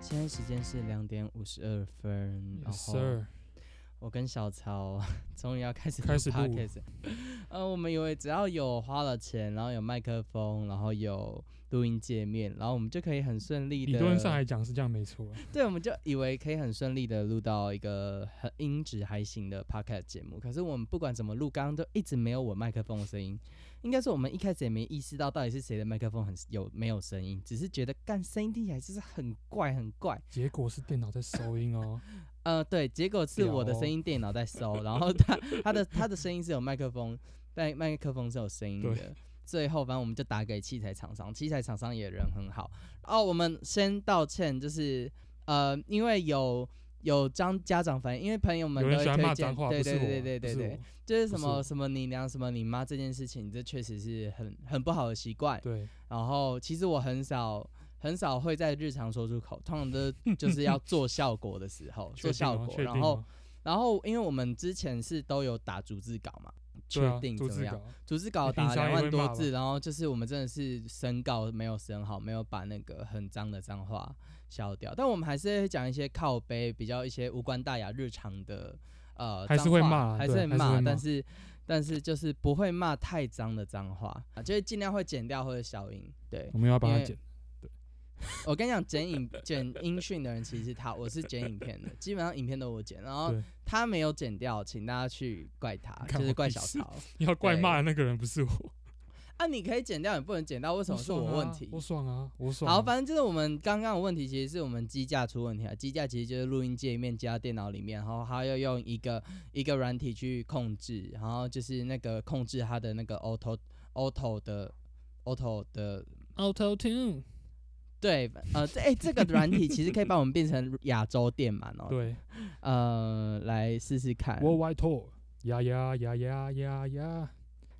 现在时间是两点五十二分。然 Yes, 后 sir，我跟小曹 终于要开始开录始录 podcast 了。呃，我们以为只要有花了钱，然后有麦克风，然后有录音界面，然后我们就可以很顺利的。理论上来讲是这样没错啊。 对，我们就以为可以很顺利的录到一个很音质还行的 podcast 节目，可是我们不管怎么录，刚刚都一直没有我麦克风的声音。应该说我们一开始也没意识到到底是谁的麦克风很有没有声音，只是觉得干声音听起来就是很怪很怪。结果是电脑在收音哦， 呃，对，结果是我的屌哦声音电脑在收，然后他他的他的声音是有麦克风，但麦克风是有声音对的。最后，反正我们就打给器材厂商，器材厂商也人很好。哦，我们先道歉，就是呃，因为有有张家长反映，因为朋友们有都人会喜欢推骂荐，脏话，不对是我对对啊，对不对是对我，，就是什不是么我什么你娘什么你妈这件事情，这确实是很很不好的习惯。对，然后其实我很少很少会在日常说出口，通常 都就是要做效果的时候做确定效哦果。确定然后哦然后因为我们之前是都有打逐字稿嘛，对啊确定逐怎么字样？稿，逐字稿你平打两常也万会多骂字，然后就是我们真的是审稿没有审好，没有把那个很脏的脏话消掉，但我们还是会讲一些靠背，比较一些无关大雅日常的。呃，还是脏会话骂啊还是对会还是会骂，骂但是但是就是不会骂太脏的脏话，啊就是尽量会剪掉或者消音。对，我们要把因它为剪。我跟你讲，剪影剪音讯的人其实是他，我是剪影片的，基本上影片都我剪，然后对他没有剪掉，请大家去怪他，干就是我怪屁小事曹。要怪对骂的那个人不是我，啊，你可以剪掉，你不能剪掉，为 什么是我我爽啊问题？我爽啊，我爽啊。好，反正就是我们刚刚的问题，其实是我们机架出问题了。啊机架其实就是录音界面加到电脑里面，然后它要用一个一个软体去控制，然后就是那个控制它的那个 auto auto 的 auto 的 Auto Tune，对，呃，这哎、这个软体其实可以把我们变成亚洲电满哦。对呃，来试试看。 ，Worldwide Tour，呀呀呀呀呀呀，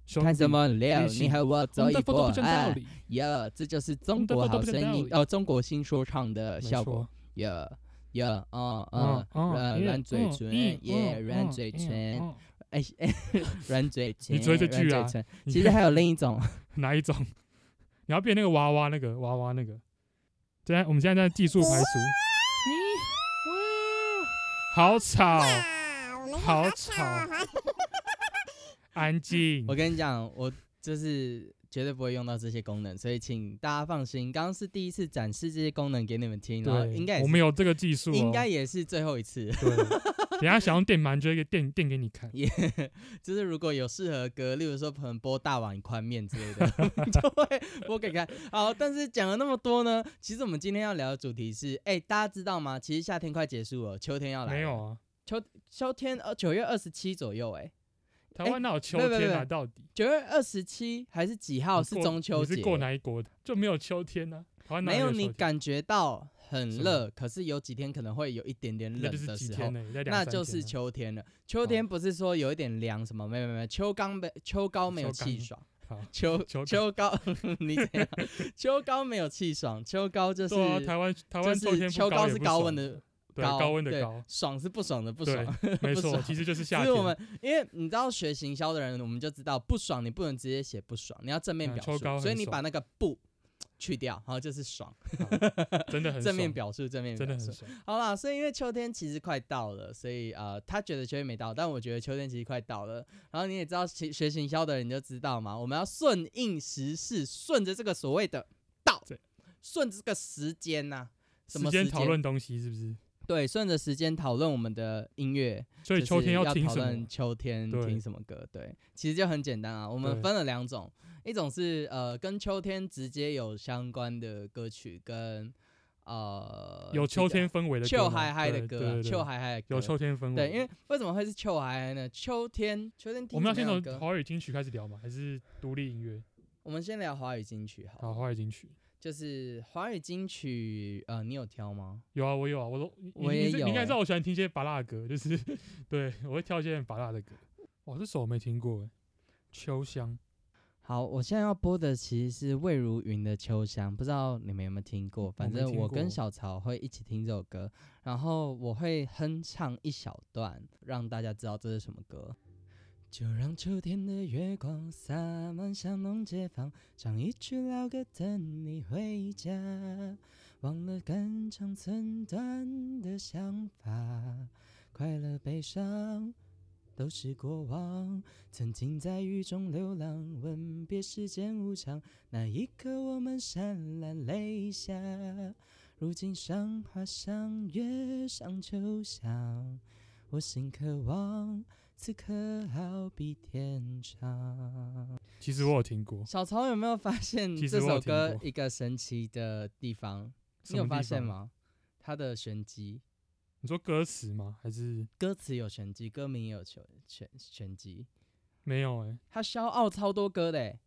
兄看弟什？么聊？开心你和我我走们一的波风都不讲道哎理，呀！这就是中们的国风都好不讲声道音理哦，中国新说唱的没效错果。呀呀，哦哦嗯，嗯呃，耶软嘴嗯唇嗯耶，嗯软嗯嘴嗯唇嗯哎哎，软嘴唇，你追这软句嘴啊嗯唇你其实还有另一种， 哪一种？你要变那个娃娃那个娃娃那个？现在我们现在在技术排除。咦，哇，好吵，好吵，安静我。跟你讲，我就是绝对不会用到这些功能，所以请大家放心。刚刚是第一次展示这些功能给你们听，然后对，应该也我是们有这个技术、哦，应该也是最后一次。 对。等一下想用电鳗就会电电给你看，也、就是如果有适合的歌，例如说可能播大碗宽面之类的， 我们就 会播给看。好，但是讲了那么多呢，其实我们今天要聊的主题是，哎、大家知道吗？其实夏天快结束了，秋天要来了。没有啊？秋天呃九月二十七左右、哎，台湾哪有秋不不天啊？不到底九月二十七还是几号你哦是过中秋你节是？过哪一国的？就没有秋天呢、啊？台湾哪没有，秋你天感觉到很是吗热，可是有几天可能会有一点点那就冷是的几时天候。呢、哦欸？在两那三就天是啊秋天了。秋天不是说有一点凉什么？没有没有没有，秋高没秋高没有秋气刚爽好。秋秋秋高， 你怎样？秋高没有气爽，秋高就是对啊，台湾台湾就秋天是不秋高高也是不高爽温的对啊高温的对 高，爽是不爽的不对爽。没不错，爽其实就是夏所以天。我们因为你知道学行销的人，我们就知道不爽你不能直接写不爽，你要正面嗯表秋述，高所以很你把爽那个不去掉，然后就是爽，真的很正面爽，表述，正面真的表很述。爽。好啦，所以因为秋天其实快到了，所以呃，他觉得秋天没到，但我觉得秋天其实快到了。然后你也知道，学学行销的人你就知道嘛，我们要顺应时势，顺着这个所谓的到对，顺着这个时间呐、什么时间讨论东西是不是？对，顺着时间讨论我们的音乐，所以就是秋天要听讨什论么？秋天对听什么歌，对，其实就很简单啊。我们对分了两种，一种是呃跟秋天直接有相关的歌曲，跟呃有秋天比氛围的歌较秋吗嗨嗨的对歌对啊，对对秋嗨嗨的歌有秋天氛围。对，因为为什么会是秋嗨嗨呢？秋天，秋天听我们要什先么样从的歌？华语金曲开始聊嘛，还是独立音乐？我们先聊华语金曲好了，好，华语金曲就是华语金曲，呃，你有挑吗？有啊，我有啊，我都你我你也是你应该有欸知道我喜欢听一些巴拉歌，就是对我会挑一些很巴拉的歌。哇，这首我没听过哎，《秋香》好，我现在要播的其实是魏如云的《秋香》，不知道你们有没有听过？反嗯没正听我跟过小曹会一起听这首歌，然后我会哼唱一小段，让大家知道这是什么歌。就让秋天的月光洒满巷弄街坊，唱一曲老歌等你回家。忘了肝肠寸断的想法，快乐悲伤都是过往。曾经在雨中流浪，吻别世间无常，那一刻我们潸然泪下。如今赏花、赏月、赏秋香，我心渴望，此刻好比天长。其实我有听过，小曹有没有发现其这实我有首听歌过一个神奇的地方？什你有么地发现方？啊吗？它的玄机，你说歌词吗？还是歌词有玄机，歌名也有玄玄玄机。没有、欸？他消傲超多歌的欸，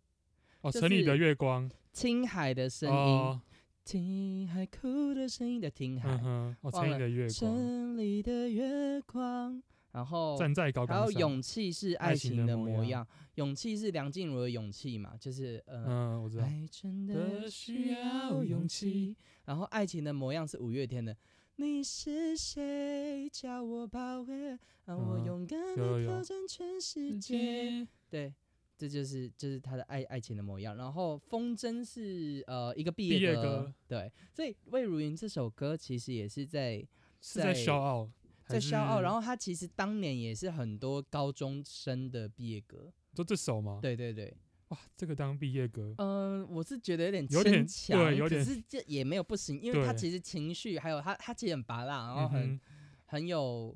哦，就城里的是月光，听海的声音，哦，听海哭的声音的听嗯海，哼，哦，忘城里了的月光，城里的月光，然后站在高还有岗上。勇气是爱爱情情的的模模样样，勇气是梁静茹的勇气嘛，就是呃，嗯，我知道。爱真的的需需要要勇勇气气。然后爱情的模样是五月天的。你是谁？叫我宝贝，让我嗯勇敢有的有挑有战全世界。对，这就是就是他的爱爱情的模样。然后《风筝》是呃一个毕毕业业歌，歌对，所以《魏如云》这首歌其实也是在是在在骄傲，在骄傲，然后后他其实当年也是很多高中生的毕业歌，就这首吗？，对对对，哇，这个当毕业歌，嗯、我是觉得有点有点牵强，对有可点是这也没有不行，因为他对其实情绪还有他他其实很拔辣，然后嗯很、哼，很有。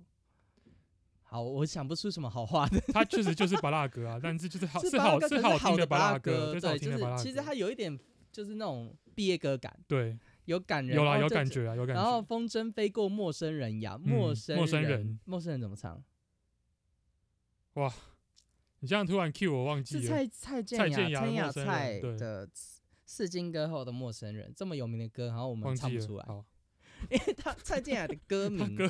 好，我想不出什么好话的，它确实就是巴拉歌啊，但是就是好是是巴拉好歌可好好听的的巴巴拉拉歌，这是好对，听就的巴拉是歌，其实它有一点就是那种毕业歌感，对有感人，有啦然后有就感只觉啊有感然后觉，风筝飞过陌生人呀，陌嗯生陌生人人，陌生人怎么唱？你这样突然 cue 我忘记是了，蔡蔡健蔡健雅、雅蔡雅的陌生蔡人对的《四金歌后的陌生人》这么有名的歌，然后我们忘唱记不了出，来，好， 因为他蔡健雅的歌他名，歌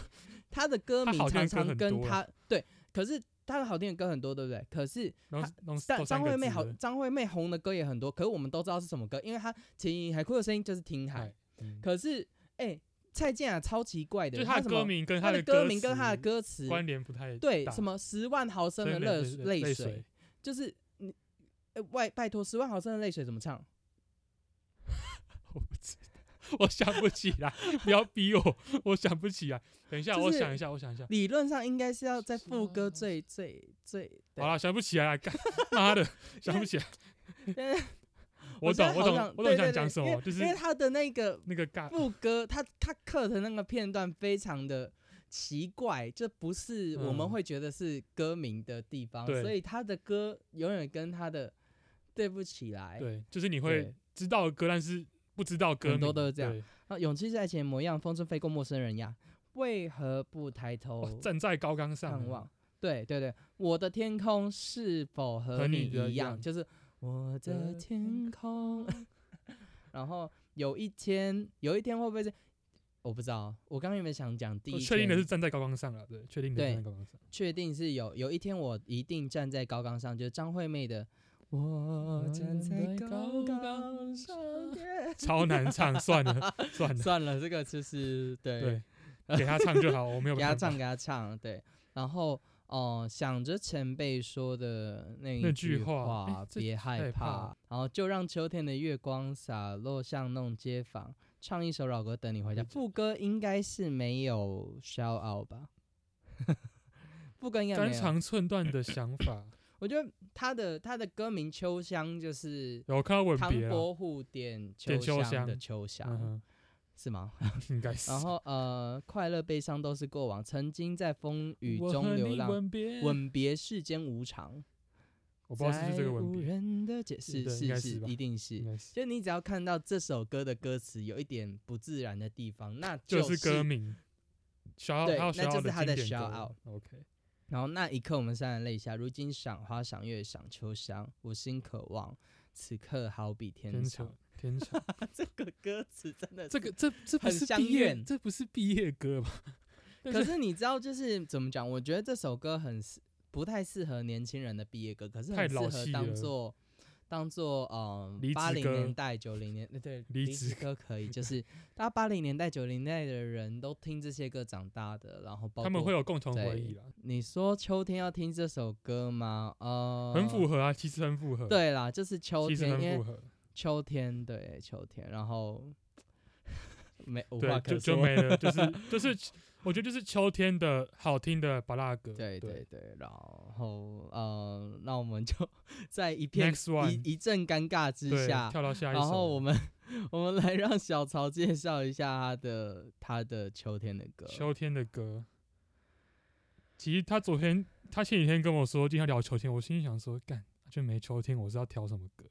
他的歌他名好听常的歌常很跟多啊他对，可是他的好听的歌很多，对不对？可是然后他然后但都啊张三惠个妹字好，的张惠妹红的歌也很多，可是我们都知道是什么歌，因为她听海哭的声音就是听海嗨，，嗯可是哎、蔡健雅超奇怪的，就是她它什的么歌名跟她它的歌歌名跟她的词歌词关联不太对，大什么十万毫升的真泪泪泪泪水，，就是你，呃，外拜托，十万毫升的泪水怎么唱？我不知道， 我想不起来，不要逼我，我想不起来，等一下就我是想一下，我想一下。理论上应该是要在十副万歌毫最最最。对好啦，想不起来，干妈的，想不 起来。我现在，懂我好懂想，我对对懂想讲对什因么，为就是因为他的那个那个尬，副歌，他他刻的那个片段非常的奇怪，这不是我们嗯会觉得是歌名的地方，对所以他的歌永远跟他的对不起来。对，就是你对会知道歌，但是不知道歌很名，多都是这样对。啊，勇气是爱情的模样，风筝飞过陌生人呀，为何不抬头哇哦站在高岗上盼啊，望。对对对，我的天空是否和和你你的一一样？样就是我的的天空。 然后有一天，有一天会不会是？我不知道，哦我刚刚有没有想讲第一我天？确定的是站在高岗上了，对，确定的对站在高岗上。确定是有有一天我一定站在高岗上，就是张惠妹的。我我站站在在高高岗上岗上天。超难唱，算了算了， 算了，这个就是对对，给他唱就好，我没有给 他办法唱，给他唱，对。然后哦、想着前辈说的那一那句句话哎这别害害怕怕，然后就让秋天的月光洒落巷弄街坊，唱一首老歌等你回家。回家副歌应该是没有 shout out 吧？ 副歌应该肝没有。肠寸断的想法。我觉得他的他的歌名《秋香》就是有我看到吻唐别了，伯虎点点秋香的香秋香，嗯是吗？哼，应该是。然 后呃，快乐悲伤都是过往，曾经在风雨我中和流你浪，吻别，吻别世间无常，嗯我不知道是不是这个在吻无别，人的解是释的应是该是是吧一定应是。该是，就你只要看到这首歌的歌词有一点不自然的地方，那 就是是 歌名。小对还有那小就奥是的他的经典 shout 歌。OK，然后那一刻我们潸然泪下，如今赏花赏月赏秋香，我心渴望，此刻好比天天长长。天长， 这个歌词真的是这个这这不很是相毕业怨，这不是毕业歌吧？但可是是你知道，就是怎么讲？我觉得这首歌很适，不太适合年轻人的毕业歌，可是太很适老合气当了做当做嗯离八职零歌年代、九零年呃对离职职歌可以，就是 大家八零年代、九零年代的人都听这些歌长大的，然后包括他们会有共同回对忆啦，你说秋天要听这首歌吗？呃，很符合。合啊，其实很符合，，对啦，就是秋其实天，因很为符合。秋天对秋天，然后 没无话对，可就说就。没了，就是就是， 我觉得就是秋天的好听的巴拉歌，对对对对，然后呃，那我们就 在一片 Next one 一一阵尴尬之对，下，跳到下一首，然后我们我们来让小曹介绍一下他的他的秋天的歌。秋天的歌。其实他昨天，他前几天跟我说今天要聊秋天，我心里想说，干就没秋天，我是要挑什么歌？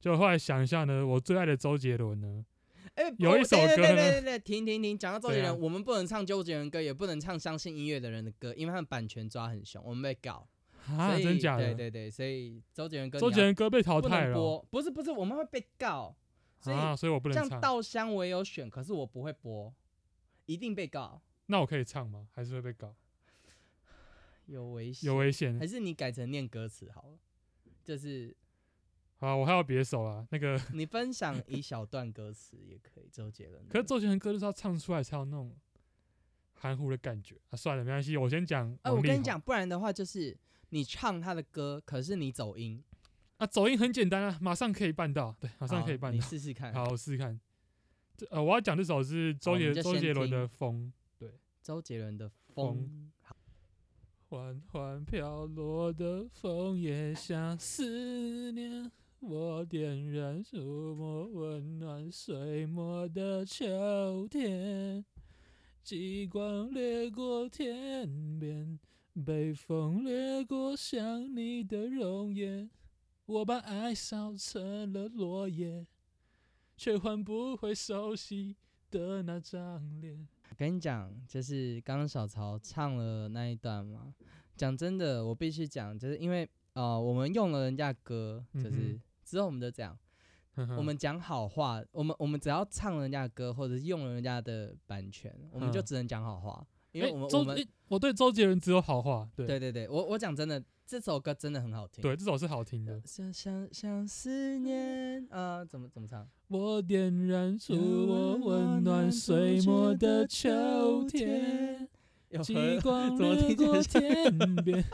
就后来想一下呢，我最爱的周杰伦呢，哎，有我一首对歌对对呢对对，停停停，讲到周杰对啊伦，我们不能唱周杰伦歌，也不能唱相信音乐的人的歌，因为他们版权抓很凶，我们被告。啊，所以真假的？对对对，所以周杰伦歌周你杰要伦歌被淘不汰能了哦播，不是不是，我们会被告。所以啊，所以我不能像唱。稻香我也有选，可是我不会播，一定被告，那我可以唱吗？还是会被告？有危险。有危险还。是你改成念歌词好了，就是好啊，我还有别首啊。那个，你分享一小段歌词也可以，周杰伦的。可是周杰伦歌就是要唱出来才有那种含糊的感觉啊。算了，没关系，我先讲。哎、我跟你，讲，不然的话就是你唱他的歌，可是你走音，啊，走音很简单啊，马上可以办到。对，好马上可以办你到。试试看。好，我试试看。这呃，我要讲这首是周好杰哦你就周先杰伦听的《风周杰伦的风，嗯缓缓飘落的枫叶像思念，我点燃触摸温暖水墨的秋天。极光掠过天边，北风掠过想你的容颜。我把爱烧成了落叶，却换不回熟悉的那张脸。我跟你讲，就是刚刚小曹唱了那一段嘛。讲真的，我必须讲，就是因为呃，我们用了人家的歌，就嗯是之后我们就这样。我们讲好话，我们我们只要唱人家的歌，或者是用了人家的版权，我们就嗯只能讲好话，因诶为我们、周我们诶我对周杰伦只有好话，对对对对，我我讲真的，这首歌真的很好听。对，这首是好听的呃，。想想想思念，呃，怎么怎么唱？我点燃出有我温温暖暖水溶墨解的的秋秋天天， 有极和光怎么掠听起来过像天 边。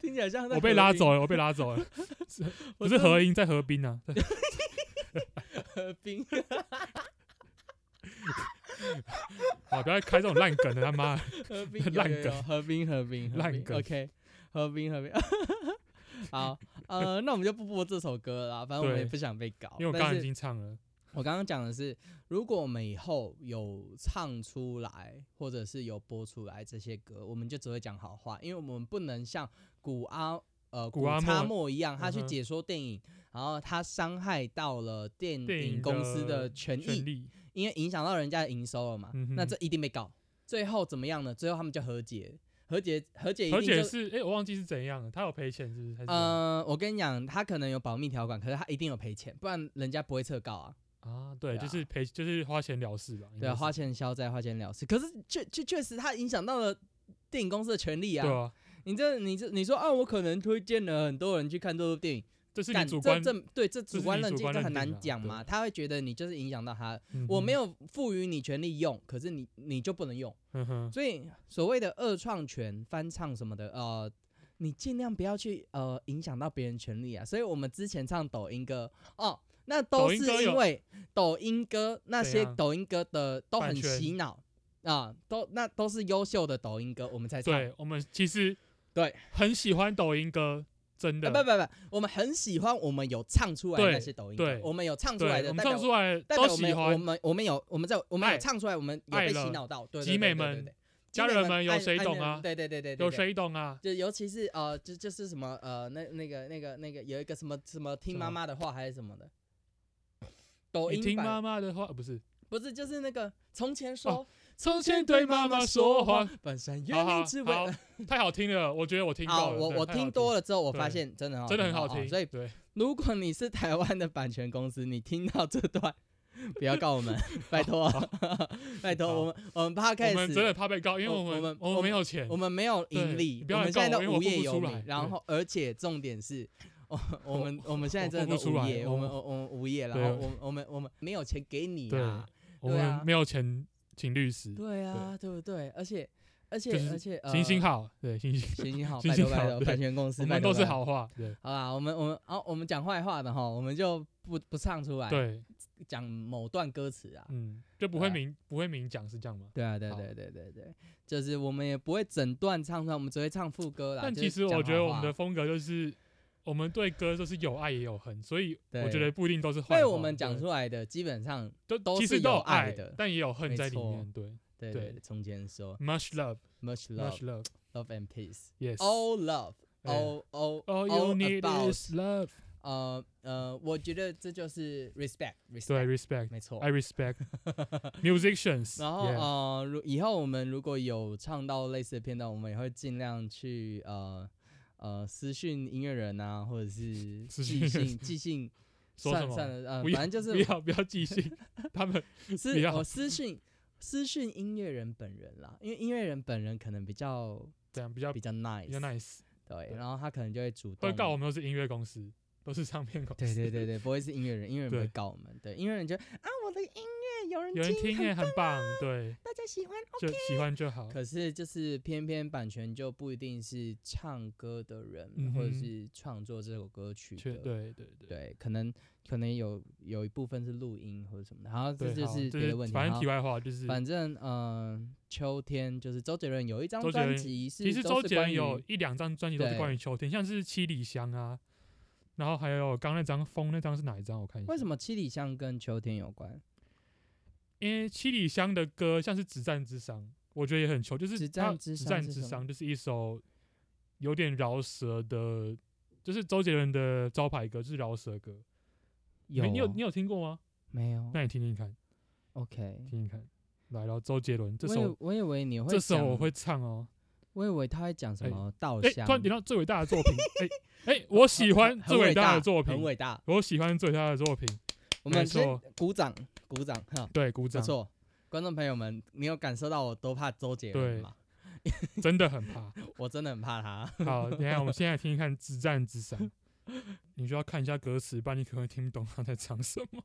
听起来像在我被河拉滨走，了，我被拉 走了，是不我是真的合音，在河滨啊。对河滨。好，不要开这种烂梗了，他妈的！河 滨烂有有有梗河滨河滨河烂滨梗 OK，河滨河滨。好，呃，那我们就不播这首歌了啦，反正我们也对不想被搞。因为我但刚刚是嗯已经唱了，我刚刚讲的是，如果我们以后有唱出来，或者是有播出来这些歌，我们就只会讲好话，因为我们不能像古阿呃古古阿阿莫莫一样，他去嗯哼解说电影，然后他伤害到了电电影影公司的的权益，权利因为影响到人家的营收了嘛，嗯哼那这一定被告。最后怎么样呢？最后他们就和解，和解和解一和定解就是哎，我忘记是怎样了，他有赔钱是不是？还是怎样呃，我跟你讲，他可能有保密条款，可是他一定有赔钱，不然人家不会撤告啊。啊，对，对就啊是赔，就是花钱了事吧？应对啊，该是花钱消灾，花钱了事。可是确确确实，它影响到了电影公司的权利对啊。啊，你这你这你说啊，我可能推荐了很多人去看这部电影，这是你干主这观，这对这这主是观你认主定观这认很定难啊讲对嘛，他会觉得你就是影响到他。嗯我没哼，有赋予你权利用，可是你你就不能用。嗯哼，所以所谓的二创权、翻唱什么的，呃，你尽量不要去呃影响到别人权利啊。所以我们之前唱抖音歌哦，那都抖音是歌有因为抖音歌那怎些样抖音歌的都版很权洗脑啊，都那都是优秀的抖音歌，我们才唱。对我们其实对很喜欢抖音歌，真的啊、不不不，我们很喜欢我们有唱出来的那对些抖音歌对，我们有唱出来对，的，我代们表唱出来代表都我们喜有我欢，们我们有我们在我们爱有唱出来，我们有爱被了洗脑到，对集对对美对们对，家集美人们有爱谁爱懂美们啊对对对对对，有对谁懂啊？就尤其是呃，就就是什么呃，那那个那个那个有一个什么什么听什妈么妈的话还是什么的，抖你音听版妈妈的话，呃不是不是就是那个从前说、哦从前对妈妈说谎。，本善好原好因之为。好，太好听了，我觉得我听啊，到了，我对我太好听多了，了之后，我对发现真的很好真的很听好哦哦听，所以对，如果你是台湾的版权公司，你听到这段， 不要告我们，拜托， 拜托，好我们我们 p o d 我们真 c 的怕被告，因为我我我们我我们没们有钱 a 我，们没有对盈利你，我不要们来现在告我都因为我无业付不出游来民，对然后而且重点是。我我们我们现在我真的付都不出无来业，我我们我我们无业，然后对我们我们我们没有钱给你对啊，我对们啊没有钱请律师，对啊，对不对？而且而就且是而且，呃行行，好，对，行行，行行好，行拜行托拜好托，对版权公司，我拜们托都是。拜托好话，对好啦，我们我们哦，我们讲坏话的哈，我们就不不唱出来。对，讲某段歌词啊。嗯，就不会对啊明、不会明讲是这样吗？对啊，对好对对对对，就是我们也不会整段唱出来，我们只会唱副歌啦。但啊就其是实我讲觉得好我们话的风格就是，我们对歌就是有爱也有恨，所以我觉对得不一定都是坏被话我们讲对出来的基本上，都都其是实都有有爱爱的但也有恨没在里错面。对对对对对，从前说，much love，much much love, love，yes。 love and peace, all love, 哎 all all All you need is love，呃呃，我觉得这就是 respect 对 respect， ，respect，I 没错。 respect musicians，然后 yeah，呃，如以后我们如果有唱到类似的片段，我们也会尽量去呃呃私讯音乐人啊，或者是私寄讯信寄信。 说什算么算了，呃，不要反正就不是要不要寄信，他们不私要我私讯私讯音乐人本人啦，因为音乐人本人可能比较这样比 较比比较 nice，较 nice，对，对然后他可能就会主动会告我们都是音乐公司，都是唱片公司，对对对对，不会是音乐人，音乐人不会对告我们，对，音乐人就啊我的音乐有人有人听也很很棒，对，大家喜欢。就喜欢就好，可是就是偏偏版权就不一定是唱歌的人、嗯或者哼是创作这首歌曲确的，对对对。对，可能可能有有一部分是录音或者什么的，然后这对，就好是别的问题。反然正后题外话就是，反正嗯、呃秋天就是周杰伦有一张周杰专伦辑是其实周都是杰伦关有于一两张专辑都是关于秋天，像是《七里香》啊，然后还有刚刚那张《风》那张是哪一张？我看一下。为什么七里香跟秋天有关？因为《七里香》的歌像是《止战之殇》，我觉得也很秋，就是止它战之止殇战是之什么殇》就是一首有点饶舌的，就是周杰伦的招牌歌，就是饶舌歌。有没你有哦你有听过吗？没有那你听听看， ？OK，听听看。来了，周杰伦这我以首我以为你会这首讲我会，唱哦。我以为他会讲什哎么稻哎、香。突然点到最伟大的作品，哎、哎、我喜欢很最伟大的作很品，伟大。我喜欢最伟大的作品，我没们先错鼓掌，鼓掌，哈，对，鼓不掌，错。观众朋友们，你有感受到我多怕周杰伦对吗？真的很怕。我真的很怕 他。好，等一下我们现在听一看《之战之殇》，你就要看一下歌词，不然你可能会听不懂他在唱什么。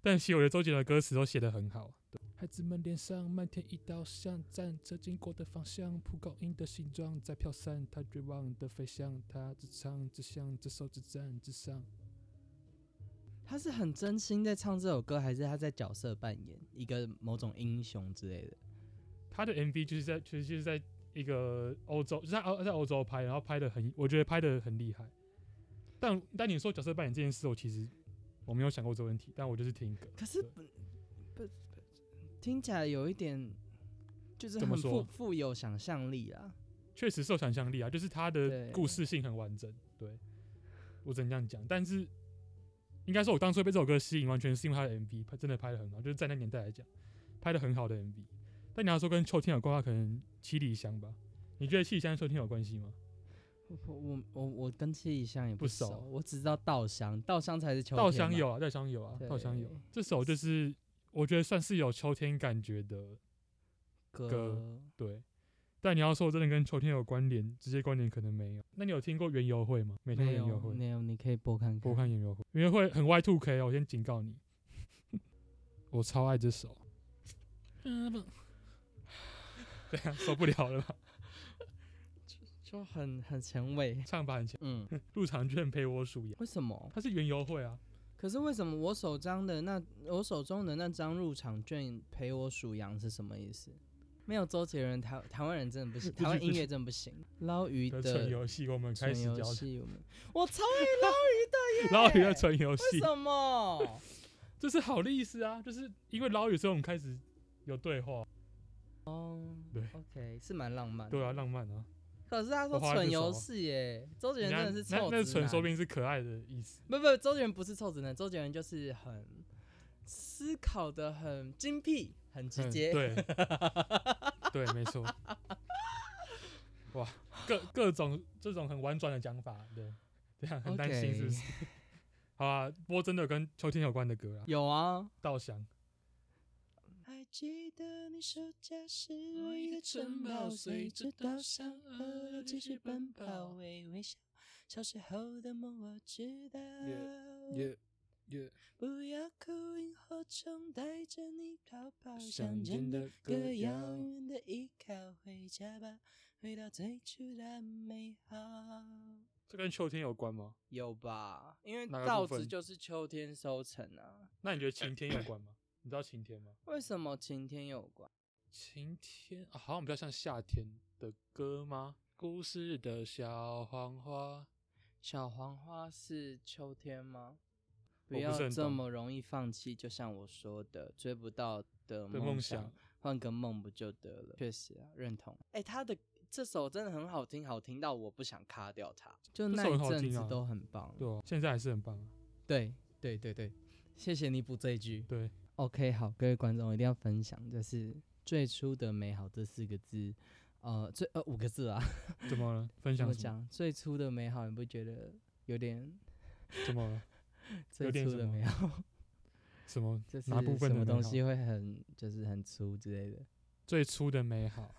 但其实我觉得周杰伦的歌词都写得很好。对孩子们脸上漫天一道像战车经过的方向，蒲公英的形状在飘散，它绝望的飞翔，它只唱只想这首《之战之殇》。他是很真心在唱这首歌，还是他在角色扮演一个某种英雄之类的？他的 MV 就是在其实就是在一个欧洲，就是在欧在欧洲拍，然后拍的很，我觉得拍的很厉害。但但你说角色扮演这件事，我其实我没有想过这个问题，但我就是听歌。可是对不不不听起来有一点，就是怎么很富说富有想象力啊。确实受想象力啊，就是他对的故事性很完整。对，我只能这样讲。但是应该说，我当初被这首歌吸引，完全是因为他的 MV 拍真的拍的很好，就是在那年代来讲，拍的很好的 MV。但你要说跟秋天有关的话，可能七里香吧？你觉得七里香跟秋天有关系吗？我我我我跟七里香也不不熟，熟我只知道稻香，稻香才是秋天。稻香，有啊，稻香有啊，稻香有对。这首就是我觉得算是有秋天感觉的，歌歌对。但你要说真的跟秋天有关联，直接关联可能没有。那你有听过园游会吗？每天没园游有会，没有，你可以播看我看园游会，园游会很 Y two K 哦，我先警告你，我超爱 这首。嗯对啊，受不了了吧？就很很前卫。唱吧很强，嗯，入场券陪我数羊，为什么？它是园游会啊，可是为什么我手张的那我手中的那张入场券陪我数羊是什么意思？没有周杰伦，台台湾人真的不行，台湾音乐真的不行。捞鱼的纯游戏，我们开纯始游教，戏，我们我超 爱捞鱼的纯游戏，为什 么？这是好的意思啊，就是因为捞鱼之后我们开始有对话，哦，对，OK，是蛮浪漫的。对啊，浪漫啊，可是他说我划蠢这首游啊戏耶，周杰人伦家真的是那臭那直纯说不男。定是可爱的意思，不不，周杰伦不是臭直男，周杰伦就是很思考的很精辟，很直嗯接。对，对， 没错，哇，各各种这种很婉转的讲法，对，这样很担心是不是 好啊，不过真的有跟秋天有关的歌啊，有啊。稻香，还记得你手架是我唯一一的个城城堡，堡随随着着稻稻香香河河流流继继续续奔奔跑，跑微微笑。小时候的梦我知道。耶，不要哭，萤火虫带着你逃跑，想乡间见的的歌歌谣，谣永。远的依靠，回家吧，回到最初的美好。这跟秋天有关吗？有吧？因为哪个稻部子分就是秋天收成啊，那你觉得晴天有关吗？你知道晴天吗？为什么晴天有关？晴天、啊、好像比较像夏天的歌吗？故事的小黄花，小黄花是秋天吗？不我不是要很这懂么容易放弃，就像我说的，追不到的对梦想想，换个梦不就得了？确实啊，认同。哎、他的这首真的很好听，好听到我不想卡掉它，就这那首很一好阵听子啊都很棒。对、啊，现在还是很棒啊。对对对对，谢谢你补这一句。对， OK，好，各位观众我一定要分享，就是最初的美好这四个字，呃，最呃五个字啊，怎么了？怎分享么什么？讲？最初的美好，你不觉得有点怎么了？最点初什的么美好？ 什么就？是哪部什分的么美东好西会很就是很粗之类的？最初的美好，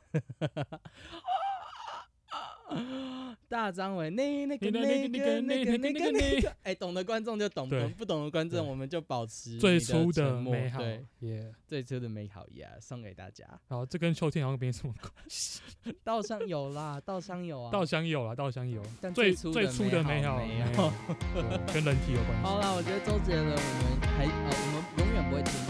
大张伟那那个你的那那个个那那个那个那个个那那个，哎，懂的观众就懂，对懂不懂的观众对我们就保持最你初沉的默美好，对，耶！最初的美好呀，送给大家。好，这跟秋天好像没什 么关稻香有啦，稻香有啊，稻香有啦，稻香有但，最最初最的初的美美好好，没没有有对跟人体有关系。好啦，我觉得周杰伦我们还呃，我们永远不会听啊